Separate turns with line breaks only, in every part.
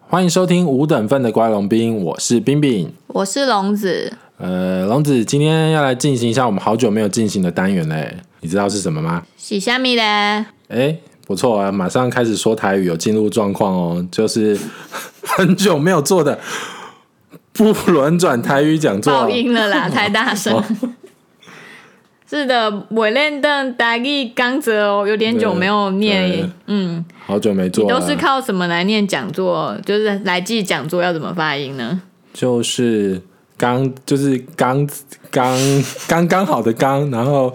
欢迎收听五等份的乖龙兵，我是冰冰。
我是聋子，
呃，龙子今天要来进行一下我们好久没有进行的单元嘞，你知道是什么吗？
喜虾米嘞，
哎，不错啊，马上开始说台语，有进入状况哦，就是 很久没有做的不轮转台语讲座
爆音 了啦，太大声。
哦
是的，我练的达意刚泽哦，有点久没有
对
念，嗯，
好久没做
你
了，
都是靠什么来念讲座？就是来记讲座要怎么发音呢？
就是刚就是刚刚刚刚好的刚，然后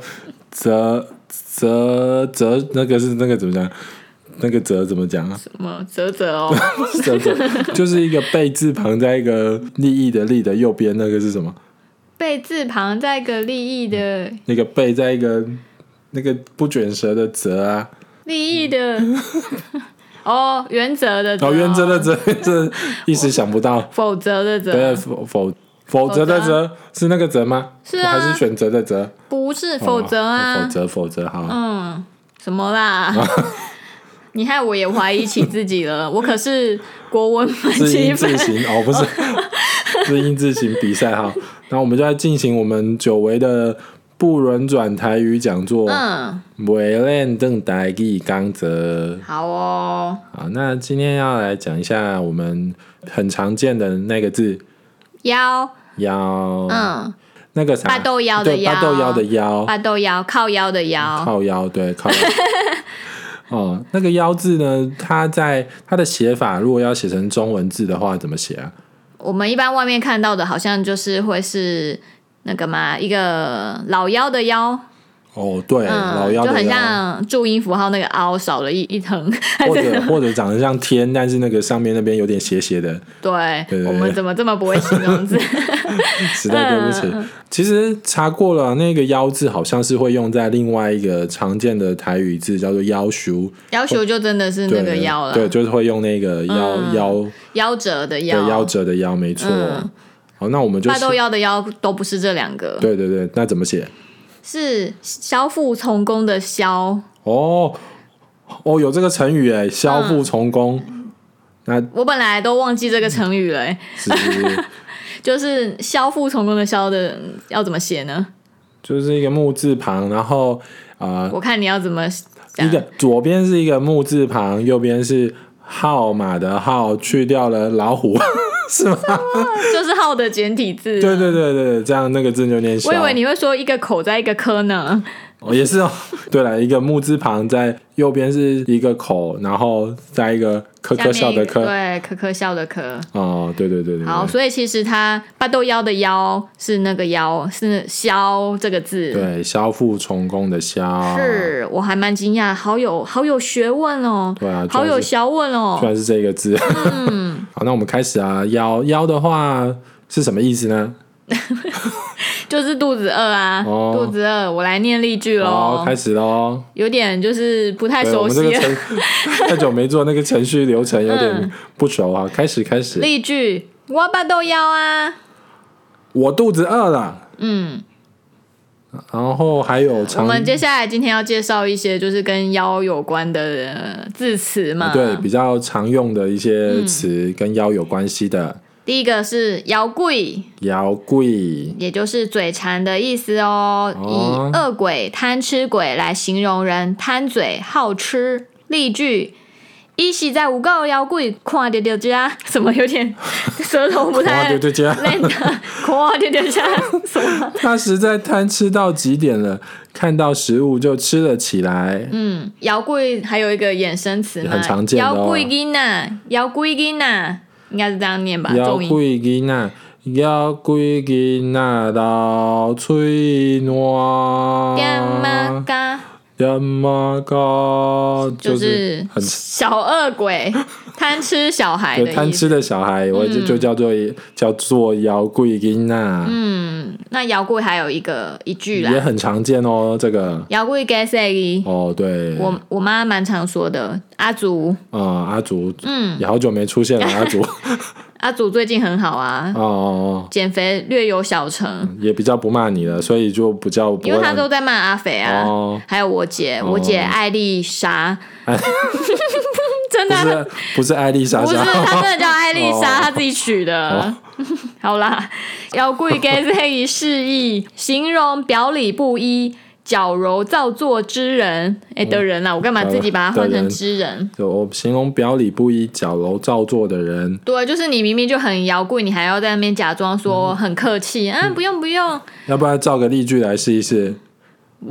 折折折那个是那个怎么讲？那个折怎么讲啊？
什么泽泽 哦，
折折就是一个贝字旁在一个利益的利的右边，那个是什么？
贝字旁再一个利益的
那个贝在一个那个不卷舌的折啊，
利 益的哦，原则的则
然后原则的则，
啊
这一时想不到。
否则的
对，啊
则，
否否否则的则是那个则吗？
是啊
还是选择的择？
不是否则啊，
哦否则否则好。
嗯，什么 啦？你害我也怀疑起自己了。我可是国文满
字
七
音字
分，
形哦，不是 字音字形比赛哈。那我们就来进行我们久违的不轮转台语讲座，
嗯，
维练邓台语刚则
好哦，
好，那今天要来讲一下我们很常见的那个字
腰，
腰，
嗯，
那个啥，
八豆腰的
对，八豆腰的腰，
八嗯豆腰，靠腰的腰，
靠腰，对，靠腰。哦，那个“腰”字呢？它在它的写法，如果要写成中文字的话，怎么写啊？
我们一般外面看到的，好像就是会是那个嘛，一个老腰的腰，
哦，对，
嗯，
老腰
就
的
很
腰，
像注音符号那个凹少了一一横，还
或
是
者或者长得像天，但是那个上面那边有点斜斜 的，
对
对对，
我们怎么这么不会形 容字？
实在对不起。
嗯
其实查过了，那个“腰”字好像是会用在另外一个常见的台语字，叫做“腰修
要求就真的是”，
对
那个腰了，嗯
对，就是会用那个腰、腰
夭折的
对
夭，
夭折的腰，没错。
嗯
好，那我们就
大豆
是
腰的腰都不是这两个，
对对对，那怎么写？
是消父从公的消。
哦哦，有这个成语哎，消父从公。那
我本来都忘记这个成语了、欸，
是是是
就是消父从公的消的要怎么写呢？
就是一个木字旁，然后啊。
我看你要怎么
一
讲
个左边是一个木字旁，右边是号码的号，去掉了老虎， 是吗？
就是号的简体字。
对对对对，这样那个字就念小。
我以为你会说一个口在一个科呢，
哦也是哦。对了，一个木字旁在右边是一个口，然后在一个科科
下
笑
面一
的
个
科。
对，科科笑的科。
哦，对对对对
好，
对。
所以其实它八豆腰的腰是那个腰，是消这个字。
对，消父从公的消，
是我还蛮惊讶，好有好有学问哦，
对啊
好
居然
有
是
学问哦
居。然是这个字。
嗯
好，那我们开始啊。腰腰的话是什么意思呢？
就是肚子饿啊，
哦
肚子饿，我来念例句
好，
喽。
哦开始喽。
有点就是不太
对，我
熟
们这
悉
个
了。
程太久没做，那个程序流程有
嗯
点不熟啊。开始开始，
例句：我八豆腰啊，
我肚子饿了，
嗯。
然后还有
我
长
们接下来今天要介绍一些就是跟腰有关的呃字词嘛。
嗯对，比较常用的一些词跟腰有关系的，
第一个是腰贵，
腰贵
也就是嘴馋的意思哦，
哦
以饿鬼、贪吃鬼来形容人贪嘴好吃。例句：一喜在五告妖怪，看丢丢家，啊 怎么有点舌头不
哇，
太
对对对，
累的， 看丢丢家什么？
他实在贪吃到极点了，看到食物就吃了起来。
嗯，妖怪还有一个衍生词嘛，
很常见的哦
妖怪囡呐，妖怪囡呐，应该是这样念吧？
腰
重音。
贵囡仔，腰贵囡仔老嘴
干妈
烂，
嘎，
干妈高
就
就是
是
很
小恶 鬼，贪吃小孩
有
的
贪
意思。
吃的小孩，我就就叫做、叫做摇柜音呐，
嗯，那摇柜还有一个一句
也
啦，
很常见哦。这个
摇柜给谁？
哦，对，啊、
我我妈蛮常说的，阿祖，
阿竹，
嗯，
也好久没出 现了，阿竹，哦
阿祖最近很好啊，
哦
减肥略有小成，
哦，也比较不骂你了，所以就不叫不
因
会
为她
让
都在骂阿肥啊，
哦，
还有我姐，我姐艾丽莎，真
不
的啊
是不是艾丽莎
不是，
莎，
她真的叫艾丽莎，
哦
她自己取的。 好啦，要贵给这一示意，形容表里不一、矫揉造作之人，哎、的人啦，我干嘛自己把它换
的
成
人
之人？
就我形容表里不一、矫揉造作的人，
对，就是你明明就很摇滚，你还要在那边假装说很客气，啊，不用不用，
要不然造个例句来试一试。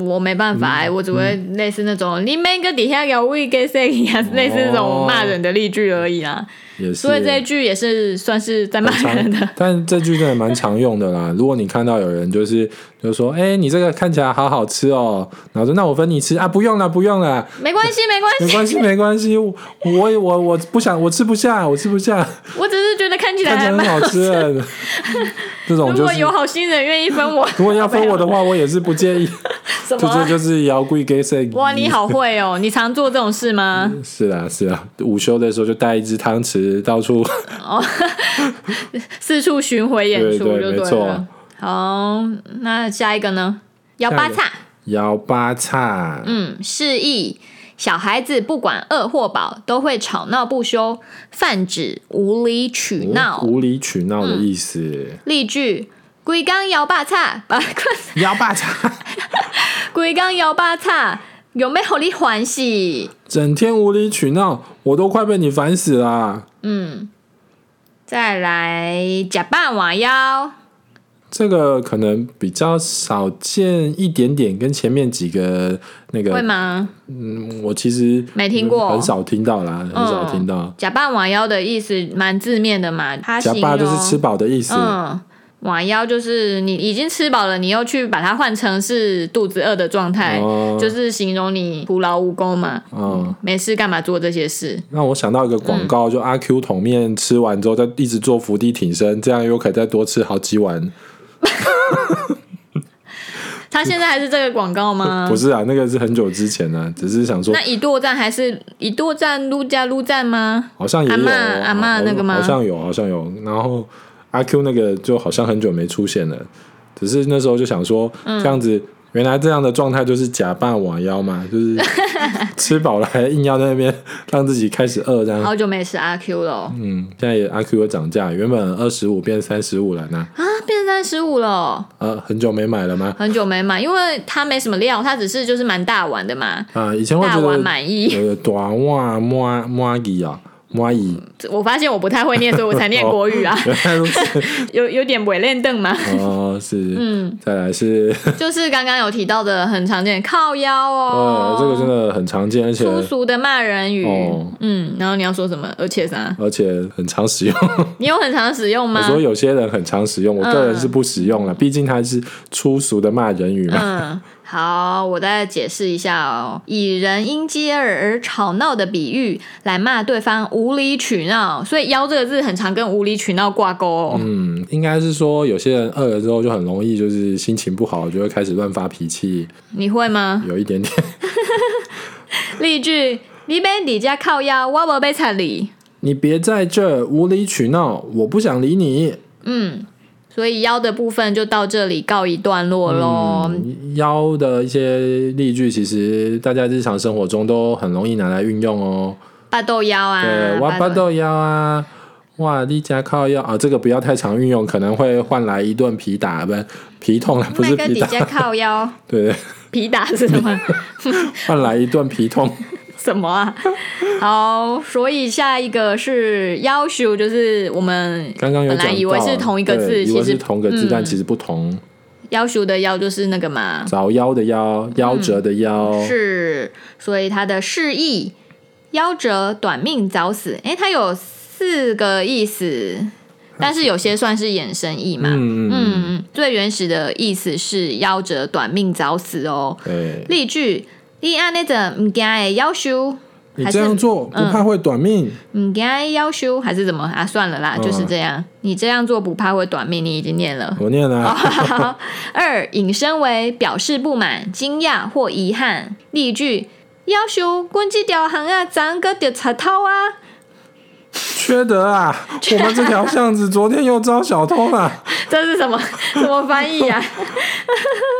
我没办法、哎，我只会类似那种、你每个底下摇滚给谁呀，类似这种骂人的例句而已啦。
也是，
所以这一句也是算是在骂 人的
常，，但这句真的蛮常用的啦。如果你看到有人就是就说，哎、你这个看起来好好吃哦，然后说那我分你吃啊，不用了，不用了，
没关系没关系
没。关 系，没关系，我我我我不想，我吃不下，我吃不下，
我只是觉得看起来
看起
还
来
蛮
很好吃的。这种
如
就
果
是
有，好心人愿意分 我，
如果要分我的 话，我也是不介意。
什么
就嗯
啊、
这就是摇柜给谁？
哇，你好会哦！你常做这种事吗？
是啊，是啊，午休的时候就带一只汤匙到处，
四处巡回演出就
对对没
了。
错
好，那下一个呢？摇八叉，
摇八叉，
嗯，示意小孩子不管饿或饱都会吵闹不休，泛指无理取闹。
哦无理取闹的意思。
例句：龟缸摇八叉，把 嗯
摇八叉，
龟缸摇八叉，有没有你欢喜？
整天无理取闹，我都快被你烦死啦！
再来，假扮瓦腰。
这个可能比较少见一点点，跟前面几个那
会
个，
吗？
嗯，我其实
没听过嗯
很少听到啦，很少听到。
假扮瓦腰的意思蛮字面的嘛，它
假
形
爸
容
就是吃饱的意思，
啊嗯，瓦腰就是你已经吃饱了，你又去把它换成是肚子饿的状态，
哦
就是形容你徒劳无功嘛，
嗯，
没事干嘛做这些事？
让我想到一个广
嗯
告，就阿 Q 桶面吃完之后，再一直做伏地挺身，这样又可以再多吃好几碗。
他现在还是这个广告吗
不？是啊，那个是很久之前呢、啊，只是想说
那，一剁站还是一剁站撸加撸站吗？
好像也有
阿嬷
哦
阿嬷
好
那个吗
好像有，好像有。然后阿 Q 那个就好像很久没出现了，只是那时候就想说，
嗯
这样子、原来这样的状态就是假扮弯腰嘛，就是 吃饱了还硬要在那边让自己开始饿这样。
好久没吃阿 Q 了哦、
嗯，现在也阿 Q 又涨价，原本二十五变三十五了呢。
啊，变三十五了哦、
呃，很久没买了吗？
很久没买，因为它没什么料，它只是就是蛮大碗的嘛，
啊、以前会
大
觉
碗
得
满意。
呃短袜摸摸衣啊，摸衣，
我发现我不太会念，所以我才念国语啊，
原来如此。
有有点伪练凳嘛。
哦，是，嗯，再来是。
就是刚刚有提到的很常见靠腰
哦，，
哦
这个真的很常见，而且
粗俗的骂人语。
哦
嗯，然后你要说什么？而且啥？
而且很常使 用。
你有很常使用
我
吗？
说有些人很常使
嗯
用，我个人是不使用了，毕竟它是粗俗的骂人语嘛。
嗯，好，我再解释一下哦。以人因接耳而吵闹的比喻来骂对方无理取闹，所以“妖”这个字很常跟无理取闹挂钩哦。
嗯，应该是说有些人饿了之后就很容易就是心情不好，就会开始乱发脾气，
你会吗？
有一点 点。
例句：你被你家靠腰，我无被踩你。
你别在这无理取闹，我不想理你。
所以腰的部分就到这里告一段落喽。
嗯妖的一些例句，其实大家日常生活中都很容易拿来运用哦。
巴豆腰啊，
对，哇巴豆腰啊，哇你家靠腰啊，这个不要太常运用，可能会换来一顿皮打，不是皮痛了，不是
麦跟
皮
底
打，
下 靠腰，
对对，
皮打是什么？
换来一顿皮痛。
什么啊？好，所以下一个是要求，就是我们
刚刚有
本
讲
来
到，
以为是同一个字，
对以
其
为是
实
同个字，但其实不同。
要求的要就是那个嘛，
早夭的夭，夭折的夭，
是，所以它的释义夭折、短命、早死，诶，它有四个意思。但是有些算是衍生义嘛，
嗯嗯嗯，
嗯，最原始的意思是夭折、短命、早死哦。
对。
例句：你安尼怎唔惊会夭寿？
你这样做不怕会短命，
唔惊会夭寿还是怎么啊？算了啦，
嗯
就是这样。你这样做不怕会短命，你已经念了。
我念啊，
好二引申为表示不满、惊讶或遗憾。例句：夭寿，阮这条巷啊，长个着贼偷啊！
缺德啊！我们这条巷子昨天又遭小偷了。
这是什么 什么翻译啊？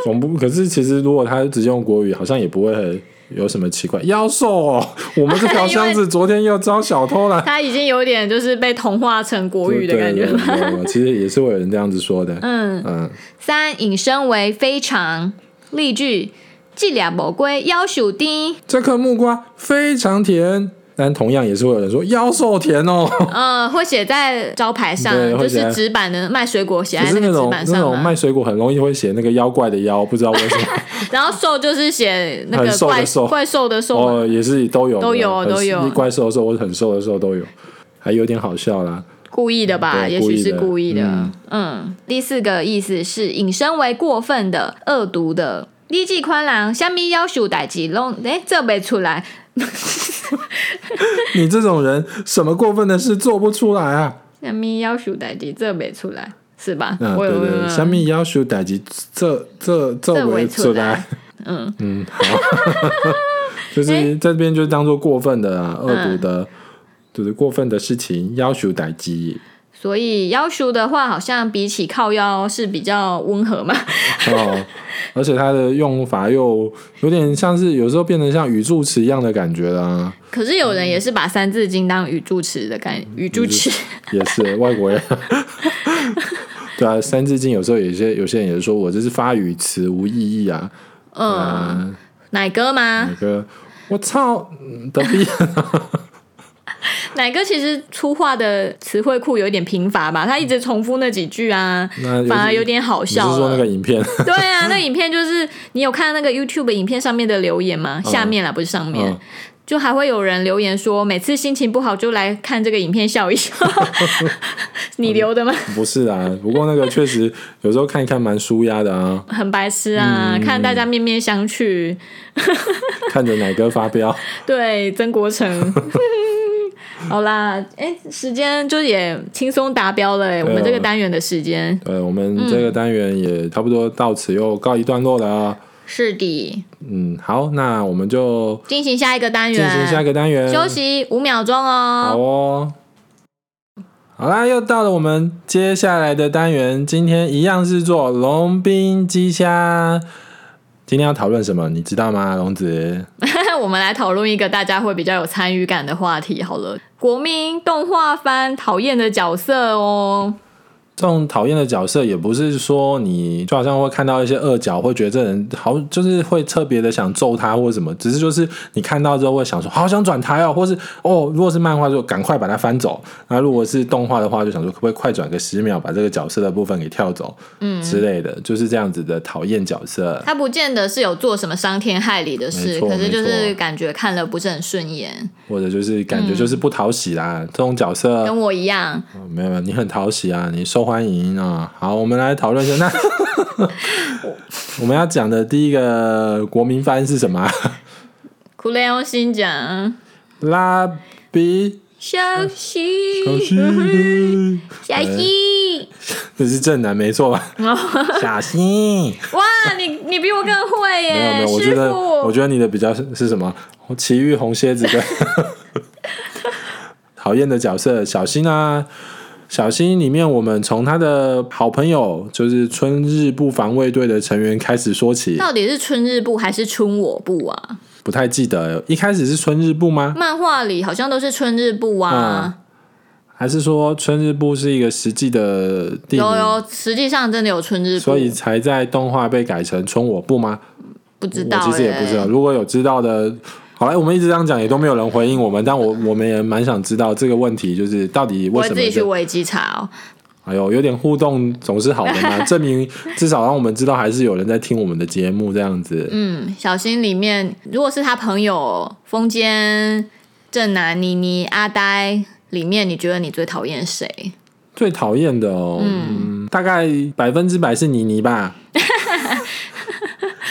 总不，可是其实如果他直接用国语，好像也不会很有什么奇怪？妖兽、哦，我们这条箱子昨天又遭小偷了。
他已经有点就是被同化成国语的感觉
对
了。
对对对其实也是会有人这样子说的。嗯嗯，
三引申为非常，例句：这俩魔龟要求低。
这颗木瓜非常甜，但同样也是会有人说妖兽甜 哦。
嗯，会写在招牌上，啊
对
就
会写在
是纸板的卖水果写
可
在
是那
个纸
种
板
那
上啊
种
嘛
卖。水果很容易会写那个妖怪的妖，不知道为什 么哦
然后兽就是写那
很
个
瘦的
怪
瘦
怪兽的兽嘛，
哦，也是都有的
都有
很
都有
怪兽的时候，或者很瘦的时候都有，还有点好笑啦。
故意的吧？
对
也许是故意的。
故意
嗯第四个意思是引申为过分的、恶毒的。你这款人，虾米要求代志拢哎做不出来，
你这种人，什么过分的事做不出来啊？
虾米要求代志做不出来，是吧？
嗯，
我
对
有
对
我有
对，下面要求打击这这这为出来，嗯嗯，好， 就是在这边就当做过分的啊、恶
嗯
毒的，就是过分的事情要求打击。
所以要求的话，好像比起靠腰是比较温和嘛。
哦，而且它的用法又有点像是有时候变成像语助词一样的感觉啦、
可是有人也是把《三字经》当语助词的概
嗯
语助词。
也是外国人。 对啊，《三字经》有时候有些有些人也说我这是发语词无意义啊，
嗯，
嗯，
奶哥吗
那？个我操嗯的逼。
奶哥其实粗话的词汇库有一点贫乏吧，他一直重复那几句啊，
那
反而有
有
点好
嗯你是
笑了。
说那个影片？
对啊，那影片就是你有看那个 YouTube 影片上面的留言吗？下面啦，不是上面。
嗯
就还会有人留言说，每次心情不好就来看这个影片笑一 笑。你留的吗？
不是啊，不过那个确实有时候看一看蛮舒压的啊，
很白痴啊！
嗯
看大家面面相觑，
看着奶哥发飙，
对曾国成。好啦，哎，时间就也轻松达标了哎，我们这
啊
个单元的时间
呃，我们这
嗯
个单元也差不多到此又告一段落了啊。
是的，
嗯，好，那我们就
进行下一个单
进行下一
元，
个单元，
休息五秒钟
好
哦。
哦。好啦，又到了我们接下来的单元，今天一样是做龙冰鸡虾。今天要讨论什么，你知道吗，龙子？
我们来讨论一个大家会比较有参与感的话题好了，国民动画番讨厌的角色哦。
这种讨厌的角色，也不是说你就好像会看到一些恶角，会觉得这人好，就是会特别的想揍他或者什么，只是就是你看到之后会想说，好想转台哦，或是哦，如果是漫画就赶快把它翻走，那哦如果是动画的话，就想说可不可以快转个十秒，把这个角色的部分给跳走，嗯之类的，就是这样子的讨厌角色。
他不见得是有做什么伤天害理的
没
事，
错
可是就
没
是
错
感觉看了不是很顺眼，
或者就是感觉就是不讨喜啦，这种角色、
跟我一样。
哦没有没有，你很讨喜啊，你受欢迎啊。好，我们来讨论一下，那 我们要讲的第一个国民番是什么啊？
苦雷用心
嗯
讲，
拉比
小
小
心，
西里，
小心！
这是正南没错吧？
哦
小西，
哇，你你比我更会
没有没
耶，
有，我
哎师
觉得我
傅！
觉得你的比较是是什么？奇遇红蝎子的 讨厌的角色小新啊。小新里面，我们从他的好朋友，就是春日部防卫队的成员开始说起。
到底是春日部还是春我部啊？
不太记得，一开始是春日部吗？
漫画里好像都是春日部
嗯
啊，
还是说春日部是一个实际的地
有
名，
有，实际上真的有春日部，
所以才在动画被改成春我部吗？
不知
我
道耶，哎
其实也不知道。如果有知道的，好了，我们一直这样讲，也都没有人回应我们，但我 我们也蛮想知道这个问题，就是到底
我
为
会
什
自己
么
去
就？
维基查哦。
哎呦，有点互动总是好的 嘛，证明至少让我们知道还是有人在听我们的节目这样子。
嗯，小新里面如果是他朋友风间、正南、妮妮、阿呆里面，你觉得你最讨厌谁？
最讨厌的哦，嗯，大概百分之百是妮妮吧。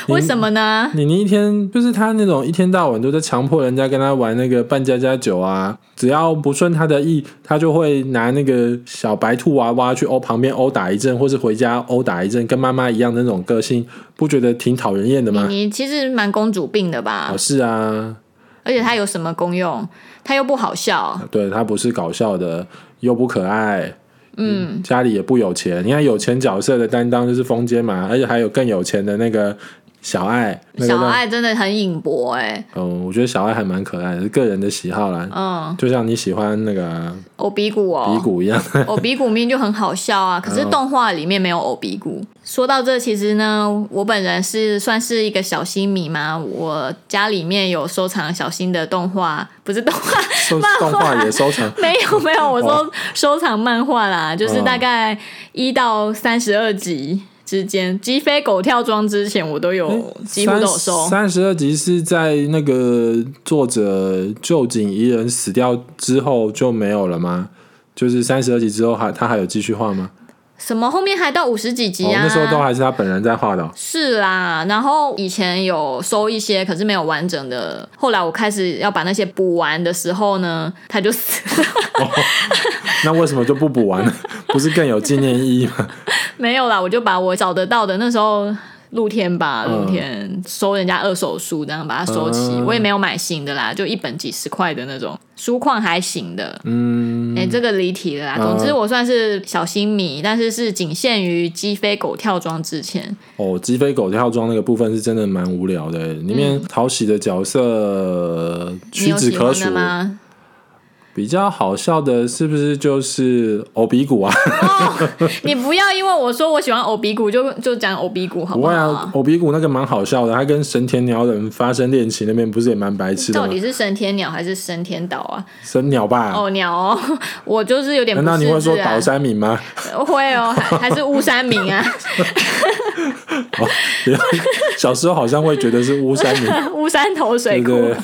为什么呢？
你妮一天就是他那种一天到晚都在强迫人家跟他玩那个扮家家酒啊，只要不顺他的意，他就会拿那个小白兔娃娃去殴旁边殴打一阵，或是回家殴打一阵，跟妈妈一样的那种个性，不觉得挺讨人厌的
妮
吗？
妮其实蛮公主病的吧
啊，，是啊，
而且她有什么功用？她又不好笑，
对他不是搞笑的，又不可爱。嗯，家里也不有钱。你看有钱角色的担当就是风间嘛，而且还有更有钱的那个小爱，那个
小
让
爱真的很隐博哎、
嗯，我觉得小爱还蛮可爱的，是个人的喜好啦。
嗯，
就像你喜欢那个
偶比古 哦，
鼻骨一 嗯样，
偶比古明明就很好笑 啊，可是动画里面没有偶比古。说到这，其实呢，我本人是算是一个小新迷嘛，我家里面有收藏小新的动画，不是动画，
动动画也收藏。
没有没有，我说收藏漫画啦，就是
嗯
大概一到三十二集之间，鸡飞狗跳装之前我都有，哦几乎都有收。
三十二集是在那个作者旧井宜人死掉之后就没有了吗？就是三十二集之后还他还有继续画吗？
什么后面还到五十几集
哦，
啊？
那时候都还是他本人在画的哦、
是啦，然后以前有收一些，可是没有完整的。后来我开始要把那些补完的时候呢，他就死了。
那为什么就不补 完呢？不是更有纪念意义吗？
没有啦，我就把我找得到的那时候露天吧，
嗯
露天收人家二手书，这样把它收齐。
嗯
我也没有买新的啦，就一本几十块的那种书况还行的。
嗯，
哎、这个离题了啦。
嗯
总之，我算是小新迷，但是是仅限于鸡飞狗跳装之前。
哦，鸡飞狗跳装那个部分是真的蛮无聊的，里面讨喜的角色
嗯你
屈
有
指
喜
可
欢
数
的。吗？
比较好笑的是不是就是欧比古啊？
你不要因为我说我喜欢偶比古就就讲偶比古好
不
不好
会啊，欧比古那个蛮好笑的，他跟神田鸟人发生恋情那边不是也蛮白痴的
到
吗
底？是神天鸟还是神天岛啊？
神鸟吧？
哦，鸟哦， 我就是有点不
难道你会
识
说
字啊
岛。山明吗？
会哦，还还是乌山明 啊，
小时候好像会觉得是乌山 明，
乌山头水
对不
库。
对？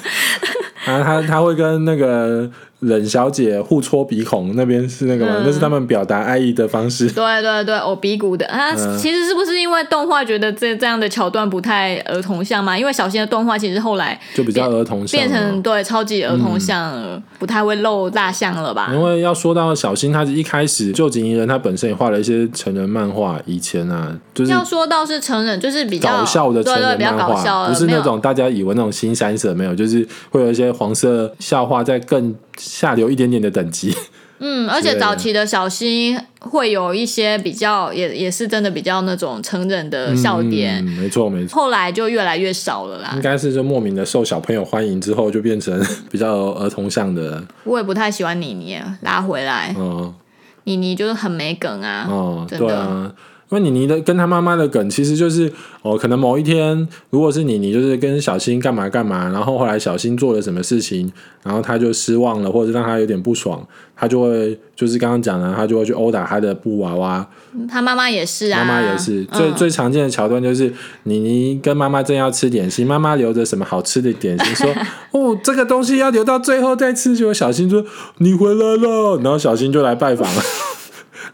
然后他他会跟那个冷小姐互戳鼻孔，那边是那个吗？
嗯
那是他们表达爱意的方 式。
对对对，偶比古的啊，
嗯
其实是不是因为动画觉得这这样的桥段不太儿童像嘛？因为小新的动画其实后来
就比较儿童向
变
了
成对超级儿童像了，不太会露大象了吧？
因为要说到小新，他是一开始就井宜人，他本身也画了一些成人漫画。以前啊，就是
要说到是成人，就是比较
搞笑的成
对对，
人
比较
漫
搞笑
画，
了，
不是
没
那
有
种大家以为那种新三色没有，就是会有一些黄色笑话在更下流一点点的等级。
嗯，而且
对
早期的小新会有一些比较，也也是真的比较那种成人的笑点，
嗯，没错没错。
后来就越来越少了啦
应。该是就莫名的受小朋友欢迎之后，就变成比较儿童向的，
我也不太喜欢妮妮，拉回来，
嗯
妮妮就是很没梗啊。
哦，
真的
对啊，因为妮妮的跟她妈妈的梗其实就是哦，可能某一天如果是妮妮就是跟小新干嘛干嘛，然后后来小新做了什么事情，然后她就失望了，或者让她有点不爽，她就会就是刚刚讲的，她就会去殴打她的布娃娃，
她妈妈也是啊，
妈妈也是、最
嗯
最常见的桥段就是妮妮跟妈妈正要吃点心，妈妈留着什么好吃的点心， 说哦这个东西要留到最后再吃，结果小新说你回来了，然后小新就来拜访了。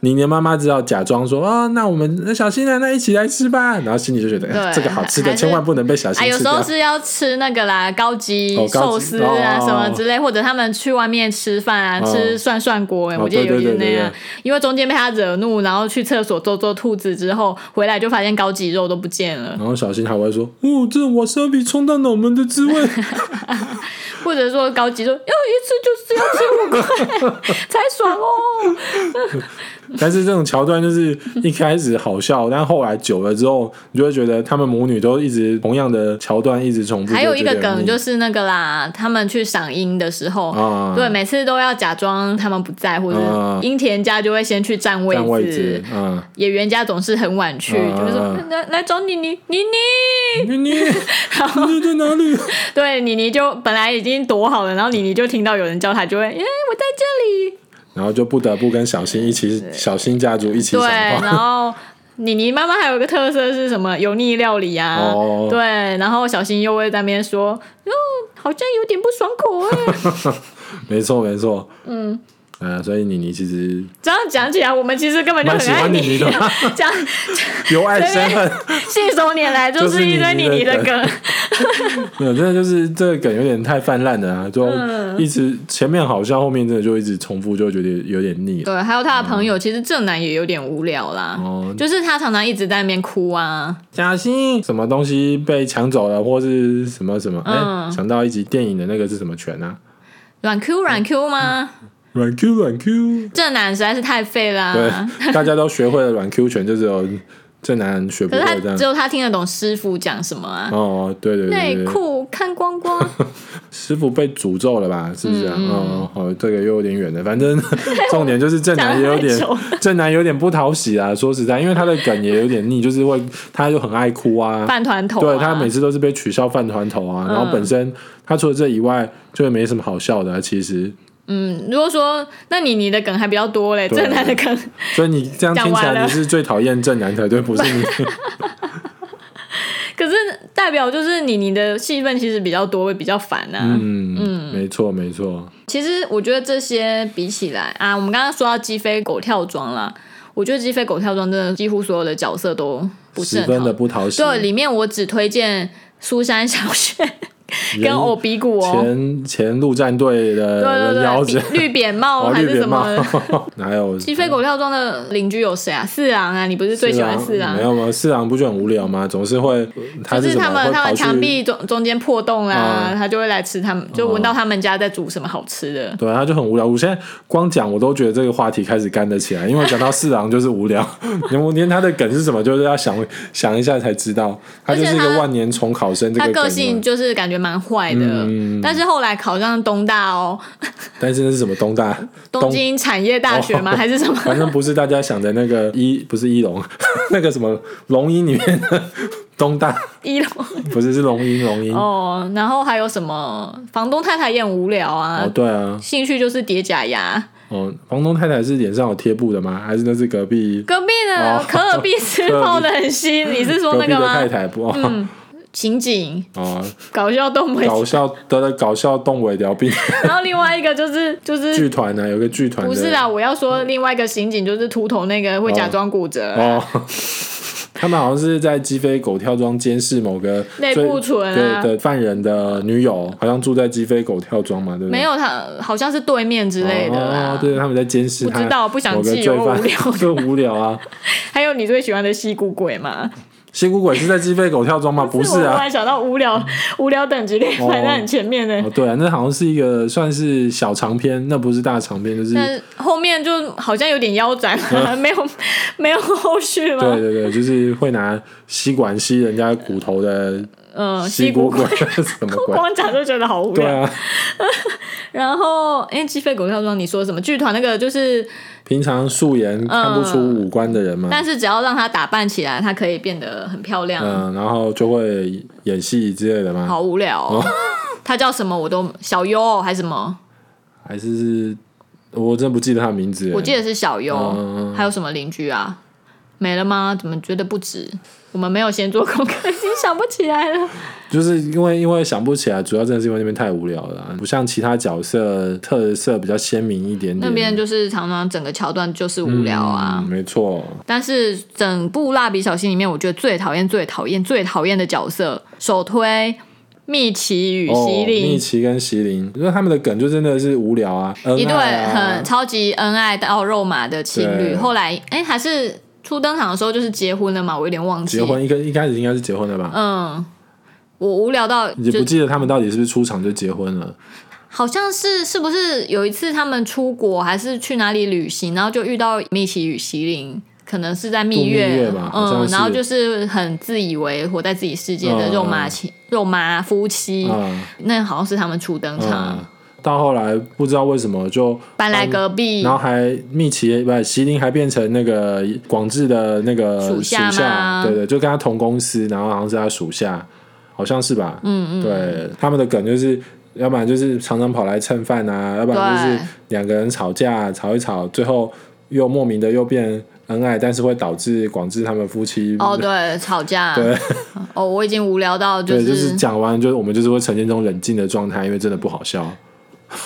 妮妮的妈妈只好假装说啊、那我们那小新来，那一起来吃吧。然后心里就觉得、哎
对
这个好吃的
还是
千万不能被小新
哎，有
吃
时
掉。
候是要吃那个啦，高级
哦高级
寿司啊
哦
什么之类，或者他们去外面吃饭啊，
哦
吃涮涮锅、哎，
哦
我记得有一
对对
点
对
那样
对对，
因为中间被他惹怒，然后去厕所做做兔子之后，回来就发现高级肉都不见了，
然后小新还会说哦这瓦萨比冲淡了我们的滋 味。
或者说高级肉要一次就是要吃五块 才爽哦，
但是这种桥段就是一开始好笑，但后来久了之后，你就会觉得他们母女都一直同样的桥段一直重复。
还有一
就
个
觉得很
梗
腻
就是那个啦，他们去赏樱的时候，
嗯啊，
对，，每次都要假装他们不在，或者
啊
是樱田家就会先去占位
占位
置
置，，嗯，
演员家总是很晚去，
啊
就是说来来找妮妮，妮妮，
妮妮，妮妮在哪里？
对，妮妮就本来已经躲好了，然后妮妮就听到有人叫她，就会，哎、我在这里，
然后就不得不跟小新一起，小新家族一起
对，
讲
然
话。
后。妮妮妈妈还有一个特色是什么？油腻料理啊，
哦
对，然后小新又会在那边说，哦，好像有点不爽 口哎、
没错，没错，嗯，啊，所以妮妮其实
这样讲起来，我们其实根本就
蛮
很
喜
爱
欢妮
你，
妮的，
讲
由爱生恨。
信手拈来就
就是
是一堆
妮
妮
妮
妮
的
的梗。
没有，真的就是这个梗有点太泛滥了啊，就
嗯
一直前面好笑，后面真的就一直重复，就会觉得有点腻了。
对，还有他的朋友，其实正男也有点无聊啦，
哦
就是他常常一直在那边哭啊，
假心什么东西被抢走了，或是什么什么？哎、
嗯
想到一集电影的那个是什么拳啊？
软 Q 软 Q 吗？
软 Q 软 Q，
正男实在是太废啦、
对，大家都学会了软 Q 拳，就只有这男人学不
可是
会
他
这
只
样。
有他听得懂师傅讲什么啊。
哦，对对对
内
对对，
裤看 光光，
师傅被诅咒了吧？是不是、啊？
嗯
哦，好，这个又有点远了。反正 重点就是正男也有点
讲得太，
正男有点不讨喜啊。说实在，因为他的梗也有点腻，就是会，他就很爱哭啊。
饭团头、啊。
对他每次都是被取笑饭团头啊，然后本身他除了这以外，就没什么好笑的啊、其实，
嗯，如果说那你你的梗还比较多嘞，
对
正男的梗，
所以你这样听起
讲完
来
了
你是最讨厌正男才对，不是你？
可是代表就是你你的戏份其实比较多，会比较烦啊。
嗯嗯，没错没错，
其实我觉得这些比起来啊，我们刚刚说到鸡飞狗跳装啦，我觉得鸡飞狗跳装真的几乎所有的角色都不
十
是很
分的
好。
不讨喜。
对，里面我只推荐苏珊小雪跟
人
欧比谷哦，
前前陆战队的
对
人妖
对
子
对，，绿扁
哦
帽还
绿
是
扁
什
帽
么？，
哪有？
鸡飞狗跳装的邻居有谁啊？四郎啊，你不是最喜欢四郎
没？有吗？四郎不就很无聊吗？总是会，他
就是是
什
他
么？
们
会
他
跑
们
去
墙壁中中间破洞啦、
嗯
他就会来吃他们，就
哦
闻到他们家在煮什么好吃的。
对，啊他就很无聊。我现在光讲我都觉得这个话题开始干得起来，因为讲到四郎就是无聊， 连我连他的梗是什么，就是要想想一下才知道。他就是一
而且
个
他
万年重考生这
他
个梗啊
个
嘛，
性就是感觉蛮坏的、
嗯
但是后来考上东大哦，
但是那是什么东大？
东
东
京产业大学吗？
哦
还是什么？
反正不是大家想的那个一，不是一龙， 那个什么龙樱里面的东大，
一楼
不是是龙樱龙樱。
哦，然后还有什么？房东太太也很无聊啊，
哦，对啊，
兴趣就是叠假牙。
哦，房东太太是脸上有贴布的吗？还是那是隔壁
隔壁的、
哦
可尔必斯泡的很新，你是说
隔
那
壁
个
的
吗嗯
太？太不？哦
情景
哦，
搞笑动漫，
搞笑得了搞笑动尾疗病
然后另外一个就是就是
剧团啊呢，有个剧团的
不是啊啦，我要说另外一个刑警就是秃头那个会假装骨折，
嗯哦， 他们好像是在鸡飞狗跳庄监视某个
内
罪
部存啊
对的犯人的女友，好像住在鸡飞狗跳庄嘛，对不对？
没有他好像是对面之类的啦。
哦，对，他们在监视
不
他，
知道不想
某个
记
罪
我无聊
犯 就无聊啊。
还有你最喜欢的吸骨鬼嘛？
吸骨鬼是在鸡飞狗跳 庄吗？不是
我突
啊。
然想到 无聊无聊等级列排在很前面的，
哦，对啊，那好像是一个算是小长篇，那不是大长篇，就是
但是后面就好像有点腰斩了， 没有没有后续
哦对
吗？
对对，就是会拿吸管吸人家骨头的
嗯，
吸
吸
骨
骨
鬼
鬼。
什 么鬼？
光讲就觉得好无
对
聊。
啊，
然后，因为鸡飞狗跳装，你说什么剧团那个就是，
嗯平常素颜看不出五官的人嘛，
嗯但是只要让她打扮起来，她可以变得很漂亮，啊
嗯，然后就会演戏之类的嘛，
好无聊、哦。 他叫什么我都小优哦还是什么，
还是是我真不记得他的名字耶，
我记得是小优，哦
嗯
还有什么邻居啊？没了吗？怎么觉得不止？我们没有先做功课，已经想不起来 了。
嗯就是因为因为想不起来，主要真的是因为那边太无聊了啊，不像其他角色特色比较鲜明一点点，
那边就是常常整个桥段就是无聊啊。
嗯没错，
但是整部《蜡笔小新》里面，我觉得最讨厌、最讨厌、最讨厌的角色，首推蜜奇与
哦，
席
蜜
琳。
奇跟席琳，因为他们的梗就真的是无聊啊，恩
一对
爱啊
很超级恩爱到肉麻的情
对
侣，后来哎、还是初登场的时候就是结婚了嘛，我有点忘记。
结婚，一个一开始应该是结婚了吧。
嗯，我无聊到
也
就
不记得他们到底是不是出场就结婚了，
好像是是不是有一次他们出国还是去哪里旅行，然后就遇到蜜奇与席琳。可能是在蜜
度蜜月
月
吧好像
嗯，
是
然后就是很自以为活在自己世界的
嗯
肉麻情、肉麻夫妻，
嗯
那好像是他们初登场，
嗯，到后来不知道为什么就
搬来隔壁
然，后还蜜奇不是席琳还变成那个广志的那个
属下
下，
吗
对对，就跟他同公司，然后好像是他属下，好像是吧？嗯嗯，对，他们的梗就是。要不然就是常常跑来蹭饭啊，要不然就是
对
两个人吵架吵一吵，最后又莫名的又变恩爱，但是会导致广志他们夫妻
哦对，吵架，
对
哦我已经无聊到
对，就是讲完就是我们就是会呈现这种冷静的状态，因为真的不好笑。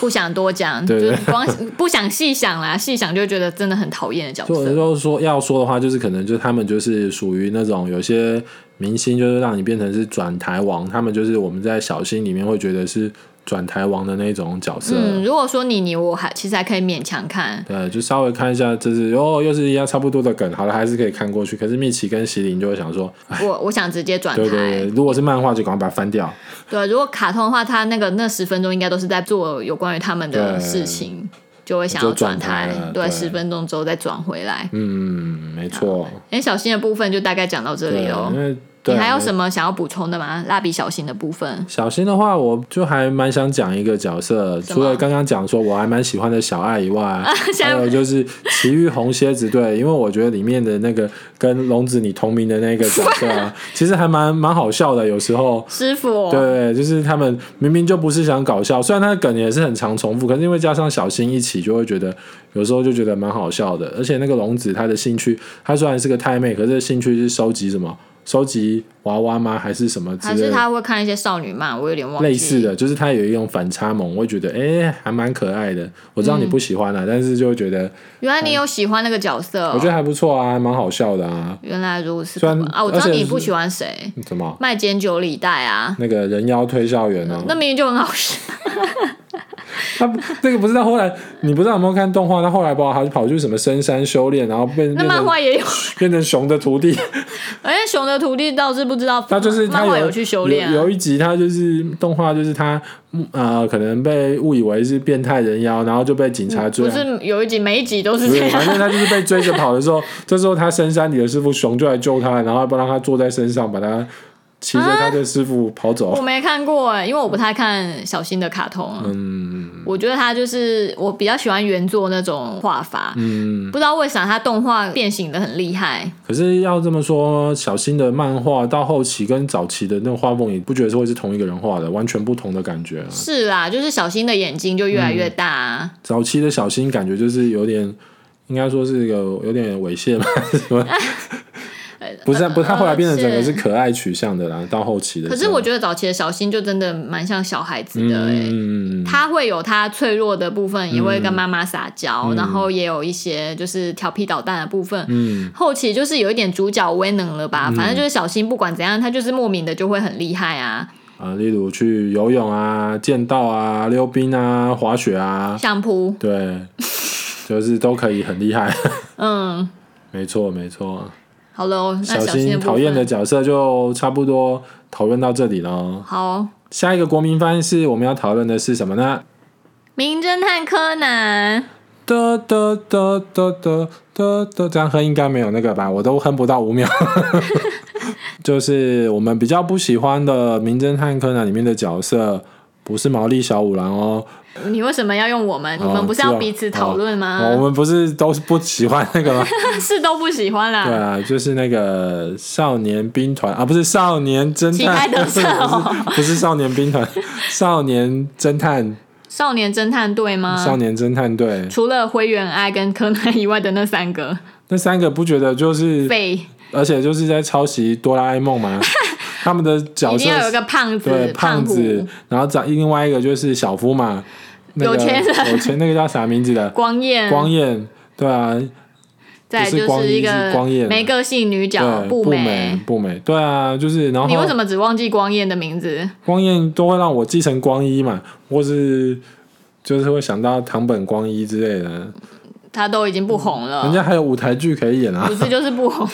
不想多讲，
对
就是光 不想细想啦，细想就觉得真的很讨厌的角
就有
色
时。候说要说的话，就是可能就是他们就是属于那种有些明星就是让你变成是转台王，他们就是我们在小新里面会觉得是转台王的那种角色。
嗯，如果说你你我还其实还可以勉强看，
对，就稍微看一下，就是哦，又是一样差不多的梗，好了，还是可以看过去。可是蜜奇跟席琳就会想说，
我我想直接转台。
对对对，如果是漫画就赶快把它翻掉。
对如果卡通的话，它那个那十分钟应该都是在做有关于他们的
对
事情。就会想要
就转
台
台了，
对，
对
十分钟之后再转回来。
嗯，没错，
哎，小新的部分就大概讲到这里
对，
喽
因。为
哦你
对啊
还有
么？
什么想要补充的吗？蜡笔小新的部分，
小新的话，我就还蛮想讲一个角色，
什么啊
除了刚刚讲说我还蛮喜欢的小爱以 外，
现
还
在
有就是《奇遇红蝎子队》，因为我觉得里面的那个跟龙子你同名的那个角色 啊，其实还蛮蛮好笑的，有时候。
师傅
对，就是他们明明就不是想搞笑，虽然他的梗也是很常重复，可是因为加上小新一起，就会觉得有时候就觉得蛮好笑的。而且那个龙子他的兴趣，他虽然是个太妹，可是兴趣是收集什么？收集娃娃吗？还是什么之
还
类的？
是他会看一些少女漫，我有点忘记。
类似的，就是它有一种反差萌，我会觉得哎、诶还蛮可爱的。我知道你不喜欢啊，
嗯
但是就会觉得
原来你有喜欢那个角色、
我觉得
哦，
还不错啊，还蛮好笑的啊。
原来如此
虽然
啊！我知道
而且是
你不喜欢谁，
什么
卖煎酒礼袋啊，
那个人妖推销员哦，
那明明就很好笑。
他那个不是他后来你不知道有没有看动画？他后来吧，他就跑去什么深山修炼，然后变
那
变
漫
成
画也 有，
变成熊的徒弟。
而且熊的徒弟倒是不知道，
他就是他
漫画
有
去修炼、
有，
啊
有。一集他就是动画，就是他嗯呃可能被误以为是变态人妖，然后就被警察追
嗯不
啊，
是有一集每一集都 是
不
这
是，反
样，
正他就是被追着跑的时候，这时候他深山里的师傅熊就来救他，然后不让他坐在身上，把他骑着他的师傅跑走。
我没看过哎、因为我不太看小新的卡通、啊。
嗯
我觉得他就是我比较喜欢原作那种画法，
嗯，
不知道为啥他动画变形的很厉害，
可是要这么说，小新的漫画到后期跟早期的那种画风，你不觉得是会是同一个人画的，完全不同的感觉、啊。
是啦，就是小新的眼睛就越来越大、啊。
早期的小新感觉就是有点，应该说是有有点猥亵吧，什 么？不是啊，不是，他后来变成整个是可爱取向的啦，到后期的时
呃可
候。
是我觉得早期的小新就真的蛮像小孩子的、
嗯
欸，
嗯嗯嗯嗯，
他会有他脆弱的部分，也会跟妈妈撒娇，然后也有一些就是调皮捣蛋的部分。
嗯，
后期就是有一点主角威能了吧，反正就是小新不管怎样，他就是莫名的就会很厉害啊，
啊，例如去游泳啊、剑道啊、溜冰啊、滑雪啊，
相扑，
对，就是都可以很厉害。
嗯，
没错，没错。
好喽，那小新
新
的部
讨厌的
分，
角色就差不多讨论到这里了。
好，
下一个国民番是我们要讨论的是什么呢？
名侦探柯南，
的的的的的的的，这样哼应该没有那个吧？我都哼不到五秒。 就是我们比较不喜欢的《名侦探柯南》里面的角色，不是毛利小五郎哦，
你为什么要用我们？
哦
你们不是
是
要
哦
彼此讨论吗？
哦我们不是都是不喜欢那个吗？
是都不喜欢
对
啦，
啊，就是那个少年兵团啊，不是少年侦
亲
探，
爱的
不是
少
不是少年兵团， 少年侦探，
少年侦探队吗？
嗯少年侦探队
除了灰原哀跟柯南以外的那三个
那三个不觉得就是，
废，
而且就是在抄袭哆啦 A 梦 吗？他们的角
一定要有一
色
个胖
对
子、
胖子
虎、，
然后长另外一个就是小夫嘛，那个
有钱人嗯
有钱那个叫啥名字的？
光彦，
光彦，对啊，
再
不是
就
光
是
一
一
是光彦
个没个性女角
对，
步
不美
美。
不美，对啊，就是然后
你为什么只忘记光彦的名字？
光彦都会让我继承光一嘛，或是就是会想到堂本光一之类的，
他都已经不红
人
了，
家还有舞台剧可以演啊
不。是就是不红。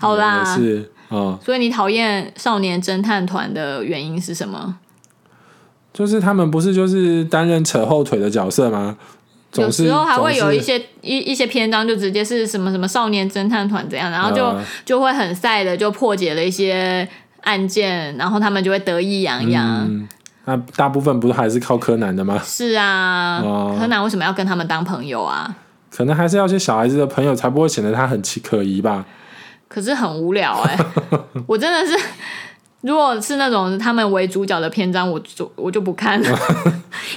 好啦，
也是啊、嗯
所以你讨厌少年侦探团的原因是什么？
就是他们不是就是担任扯后腿的角色吗？总
有
是
时候还会
总
有
是
一些一一些篇章就直接是什么什么少年侦探团怎样，然后就、
啊
就会很晒的就破解了一些案件，然后他们就会得意洋洋。
嗯，那大部分不是还是靠柯南的吗？
是啊，
哦
柯南为什么要跟他们当朋友啊？
可能还是要一些小孩子的朋友才不会显得他很奇可疑吧。
可是很无聊 哎、我真的是，如果是那种他们为主角的篇章，我就我就不 看了。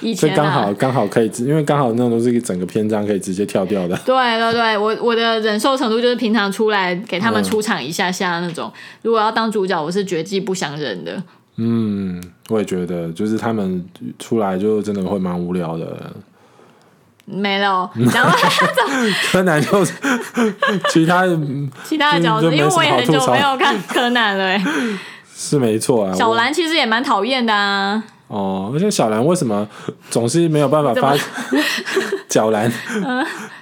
以
这
前啊
刚好刚好可以直，因为刚好那种都是一整个篇章可以直接跳掉的。
对对对，我我的忍受程度就是平常出来
嗯
给他们出场一下下那种。如果要当主角，我是绝技不想忍的。
嗯，我也觉得，就是他们出来就真的会蛮无聊的。
没 了哦，然后
柯南就是 其他
其他的角色，
就就没
因为我也
什么好
很久
吐槽
没有看柯南了、欸。
是没错啊。
小
我
兰其实也蛮讨厌的啊，
哦，而且小兰为什么总是没有办法
怎么嗯
发？ 小兰，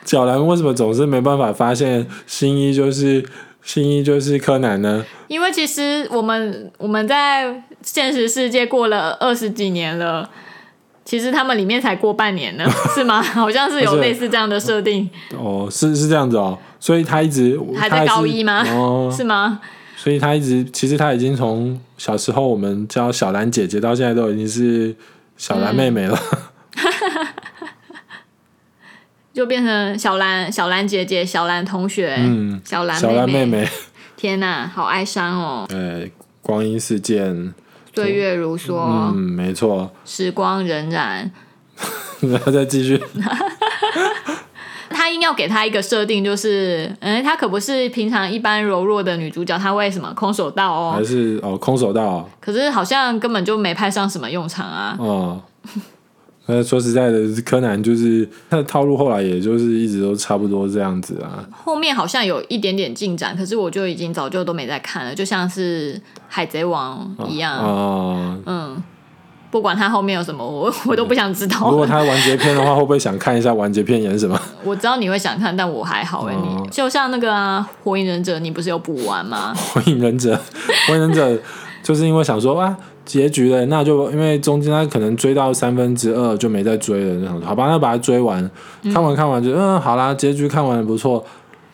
小兰为什么总是没办法发现新一就是新一就是柯南呢？
因为其实我们我们在现实世界过了二十几年了，其实他们里面才过半年 呢，是吗？好像是有类似这样的设定，
哦，是是这样子哦，所以他一直
还
他
在
是
高一吗
哦，
是吗？
所以他一直其实他已经从小时候我们叫小兰姐姐到现在都已经是小兰妹妹了，
就变成小兰、小兰姐姐、小兰同学、
嗯
小兰
小兰妹
妹
妹。
天哪，好哀伤哦！
呃，光阴似箭，
岁月如梭，
嗯，没错，
时光荏苒。
然后再继续，
他硬要给她一个设定，就是，嗯，她可不是平常一般柔弱的女主角，她为什么空手道哦
还？是哦，空手道哦
可是好像根本就没派上什么用场啊。
哦。 那、说实在的，柯南就是他的套路，后来也就是一直都差不多这样子啊。
后面好像有一点点进展，可是我就已经早就都没在看了，就像是《海贼王》一样，
啊、
嗯，不管它后面有什么，我 我都不想知
如果
道。
他完结篇的话，会不会想看一下完结篇演什么？
我知道你会想看，但我还好哎、
哦
你就像那个啊，《火影忍者》，你不是有补 完吗？
火影忍者，火影忍者就是因为想说啊，结局了，那就因为中间他可能追到三分之二就没再追了，那种好吧，那把它追完，看完看完就嗯好啦，结局看完了不错，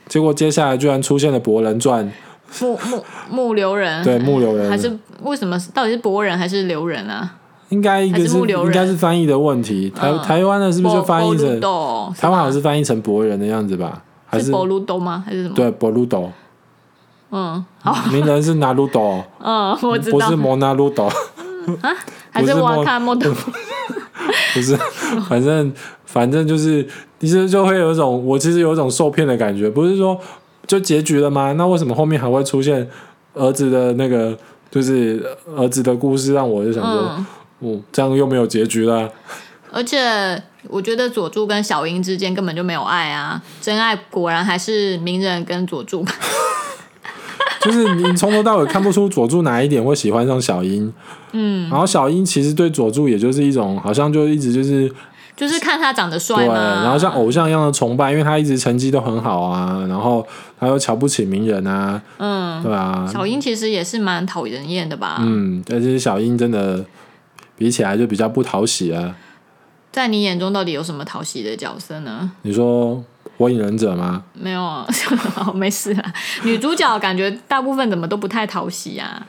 结果接下来居然出现了博人传，
木木木流人，
对木流人
还是为什么？到底是博人还是流人啊？
应该一个
还是
是
木流人
应该是翻译的问题，台、
嗯
台湾的是不是就翻译成
斗？
台湾好像是翻译成博人的样子吧？还
是博鲁斗吗？还是什么？
对博鲁斗，
嗯，好，
名人是拿鲁斗，
嗯， 我知
不
道
是，摩纳鲁斗。
还
不是
瓦
莫
卡莫斗。
不是，反正反正就是，其实就会有一种我其实有一种受骗的感觉，不是说就结局了吗？那为什么后面还会出现儿子的那个，就是儿子的故事，让我就想说，我、
嗯
这样又没有结局了啊。
而且我觉得佐助跟小樱之间根本就没有爱啊，真爱果然还是鸣人跟佐助。
就是你从头到尾看不出佐助哪一点会喜欢上小樱，嗯，然后小樱其实对佐助也就是一种好像就一直就是
就是看他长得帅
对，
嘛，
然后像偶像一样的崇拜，因为他一直成绩都很好啊，然后他又瞧不起名人啊，
嗯，
对啊，
小樱其实也是蛮讨人厌的吧？
嗯，但是小樱真的比起来就比较不讨喜啊。
在你眼中到底有什么讨喜的角色呢？
你说火影忍者吗？
没有啊， 好没事啊。女主角感觉大部分怎么都不太讨喜啊，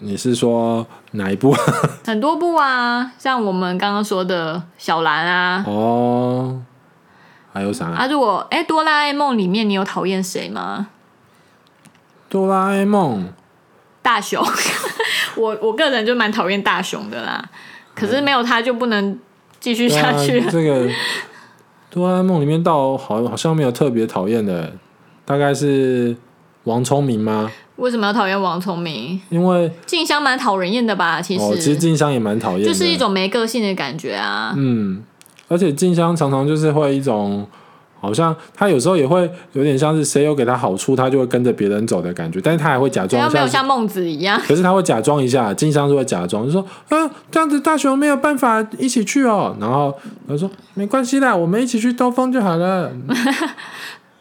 你是说哪一部？
很多部啊，像我们刚刚说的小兰啊。
哦，还有啥？
啊，如果哎，哆啦 A 梦里面你有讨厌谁吗？
哆啦 A 梦
大雄， 我我个人就蛮讨厌大雄的啦。可是没有他就不能继续
对
下
啊
去了。
这个哆啦 A 梦里面倒好好像没有特别讨厌的，大概是王聪明吗？
为什么要讨厌王聪明？
因为
静香蛮讨人厌的吧？其实，
哦，其实静香也蛮讨厌的，
就是一种没个性的感觉啊。
嗯，而且静香常常就是会一种，好像他有时候也会有点像是谁有给他好处，他就会跟着别人走的感觉，但是他还会假
只
装
要
一
啊没有
下。
像孟子一样，
可是他会假装一下，静香是会假装，就说：“嗯、这样子大雄没有办法一起去哦。”然后他说：“没关系啦，我们一起去兜风就好了。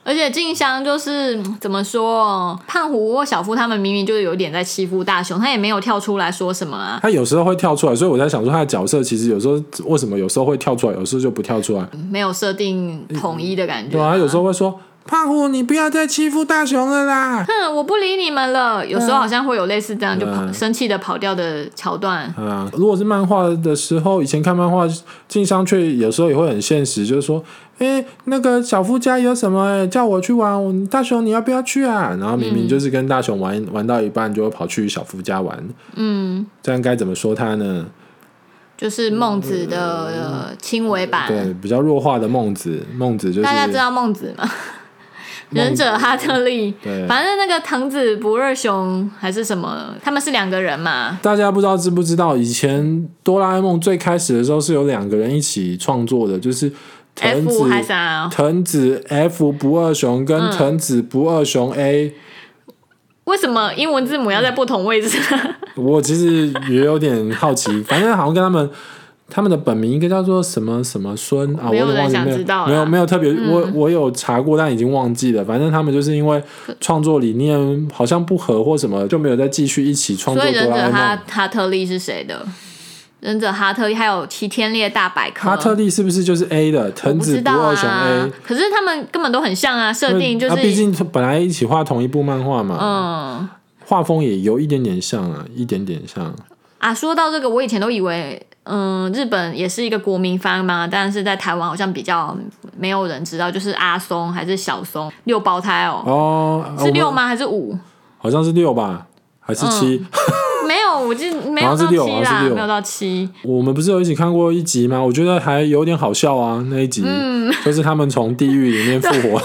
而且静香就是嗯怎么说哦，胖虎或小夫他们明明就有点在欺负大雄，他也没有跳出来说什么啊。
他有时候会跳出来，所以我在想说，他的角色其实有时候为什么有时候会跳出来，有时候就不跳出来？
没有设定统一的感觉、
对啊，他有时候会说：“胖虎，你不要再欺负大雄了啦。
哼，我不理你们了。有时
啊
候好像会有类似这样就跑、
嗯
生气的跑掉的桥段，
啊，如果是漫画的时候，以前看漫画，静香却有时候也会很现实，就是说，哎、那个小夫家有什么、诶叫我去玩，我大雄你要不要去啊？然后明明就是跟大雄玩、玩到一半，就会跑去小夫家玩，
嗯，
这样该怎么说他呢？
就是孟子的呃轻微版。
对，比较弱化的孟子，孟子就是
大家知道孟子 吗？忍者哈特利，
对，
反正那个藤子不二雄还是什么，他们是两个人嘛。
大家不知道知不知道，以前哆啦 A 梦最开始的时候是有两个人一起创作的，就是藤
F
子
还嗯啥？
藤子 F 不二雄跟藤子不二雄 A。
为什么英文字母要在不同位置？
我其实也有点好奇，反正好像跟他们他们的本名应该叫做什么什么孙啊，我
没有
也忘
人
记
想
没有
知道啦嗯
没有没有特别，我我有查过，但已经忘记了。反正他们就是因为创作理念好像不合或什么，就没有再继续一起创作
所以
嗯哆
忍
啦
者
A
哈
梦。
哈特利是谁的？忍者哈特利，还有齐天烈大百科。
哈特利是不是就是 A 的藤
不
子
知
不
道
二雄
啊
A？，
可是他们根本都很像啊，设定就
啊
是
毕竟本来一起画同一部漫画嘛，
嗯
画风也有一点点像啊，一点点像。
啊。说到这个，我以前都以为嗯日本也是一个国民番嘛，但是在台湾好像比较没有人知道，就是阿松还是小松六胞胎哦，
哦，
是六
我们？
吗？还嗯是五？
好像是六吧，还是七？
没有，我记得没
好
有
像是六
到七
好像
啦
是，六
没有到七。
我们不是有一起看过一集吗？我觉得还有点好笑啊，那一集、
嗯
就是他们从地狱里面复活，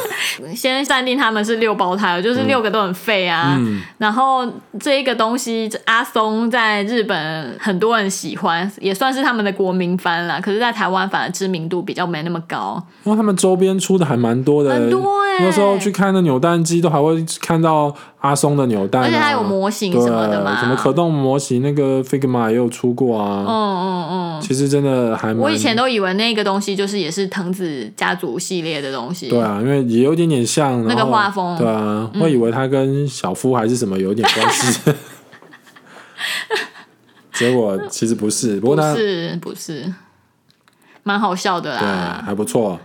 先暂定他们是六胞胎，哦就是
嗯
六个都很废啊。然后这一个东西，这阿松在日本很多人喜欢，也算是他们的国民番啦。可是，在台湾反而知名度比较没那么高。
因为他们周边出的还蛮多的，
很多欸
那时候去看那扭蛋机，都还会看到阿松的扭蛋、啊，
而且它有模型
对
什么的嘛
什么可动模型，那个 Figma 也有出过啊。
嗯嗯
其实真的还蛮，
嗯，我以前都以为那个东西就是也是藤子家族系列的东西。
对啊，因为也有一点点像
那个
然后
画风嗯
对啊，会以为他跟小夫还是什么有一点关 系，结果其实不是，不过
不
他
是不是，蛮好笑的
对
啦，
啊还不错，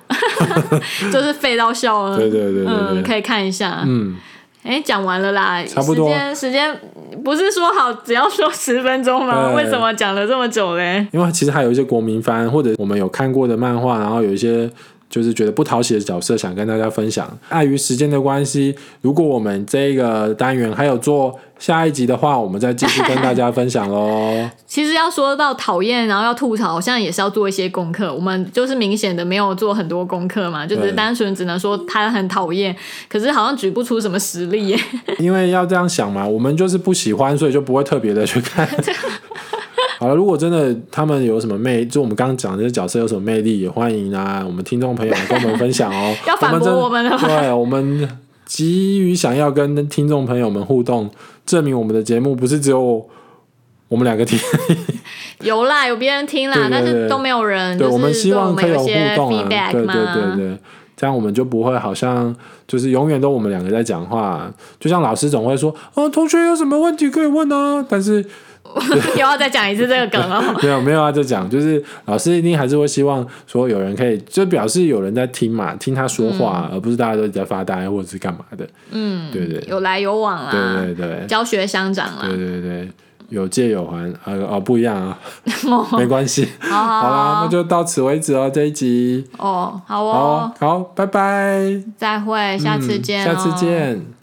就是废到笑了。
啊对对对对对
嗯，可以看一下。
嗯，
哎，讲完了啦，
差不多
时间时间不是说好只要说十分钟吗？
对
为什么讲了这么久嘞？
因为其实还有一些国民番或者我们有看过的漫画，然后有一些就是觉得不讨喜的角色，想跟大家分享。碍于时间的关系，如果我们这个单元还有做下一集的话，我们再继续跟大家分享喽。
其实要说到讨厌，然后要吐槽，好像也是要做一些功课。我们就是明显的没有做很多功课嘛，就只是
对
单纯只能说他很讨厌，可是好像举不出什么实例耶。。
因为要这样想嘛，我们就是不喜欢，所以就不会特别的去看。好了，如果真的他们有什么魅，就我们刚刚讲的这些角色有什么魅力，也欢迎啊，我们听众朋友来跟我们分享哦
要反驳我们了吗
真的对，我们急于想要跟听众朋友们互动，证明我们的节目不是只有我们两个听。
有啦，有别人听啦，
对对
但是
对
都没有人，
对，
就是
们希望可
对
以
我
互
们有一些
动啊，
feedback
对对
嘛。
对对，这样我们就不会好像就是永远都我们两个在讲话，就像老师总会说，哦，同学有什么问题可以问啊，但 是
又要再讲一次这个梗 哦。
没有没有啊，就讲就是老师一定还是会希望说有人可以，就表示有人在听嘛，听他说话，
嗯
而不是大家都在发呆或者是干嘛的，嗯，对对对
有来有往啦，
对对
教学相长啦
对，对对，有借有还，呃哦不一样 啊，没关系，
哦好好
好啦，那就到此为止哦，这一集。
哦，好
好
哦，
好，拜拜，嗯
再会，下次见、哦
下次见。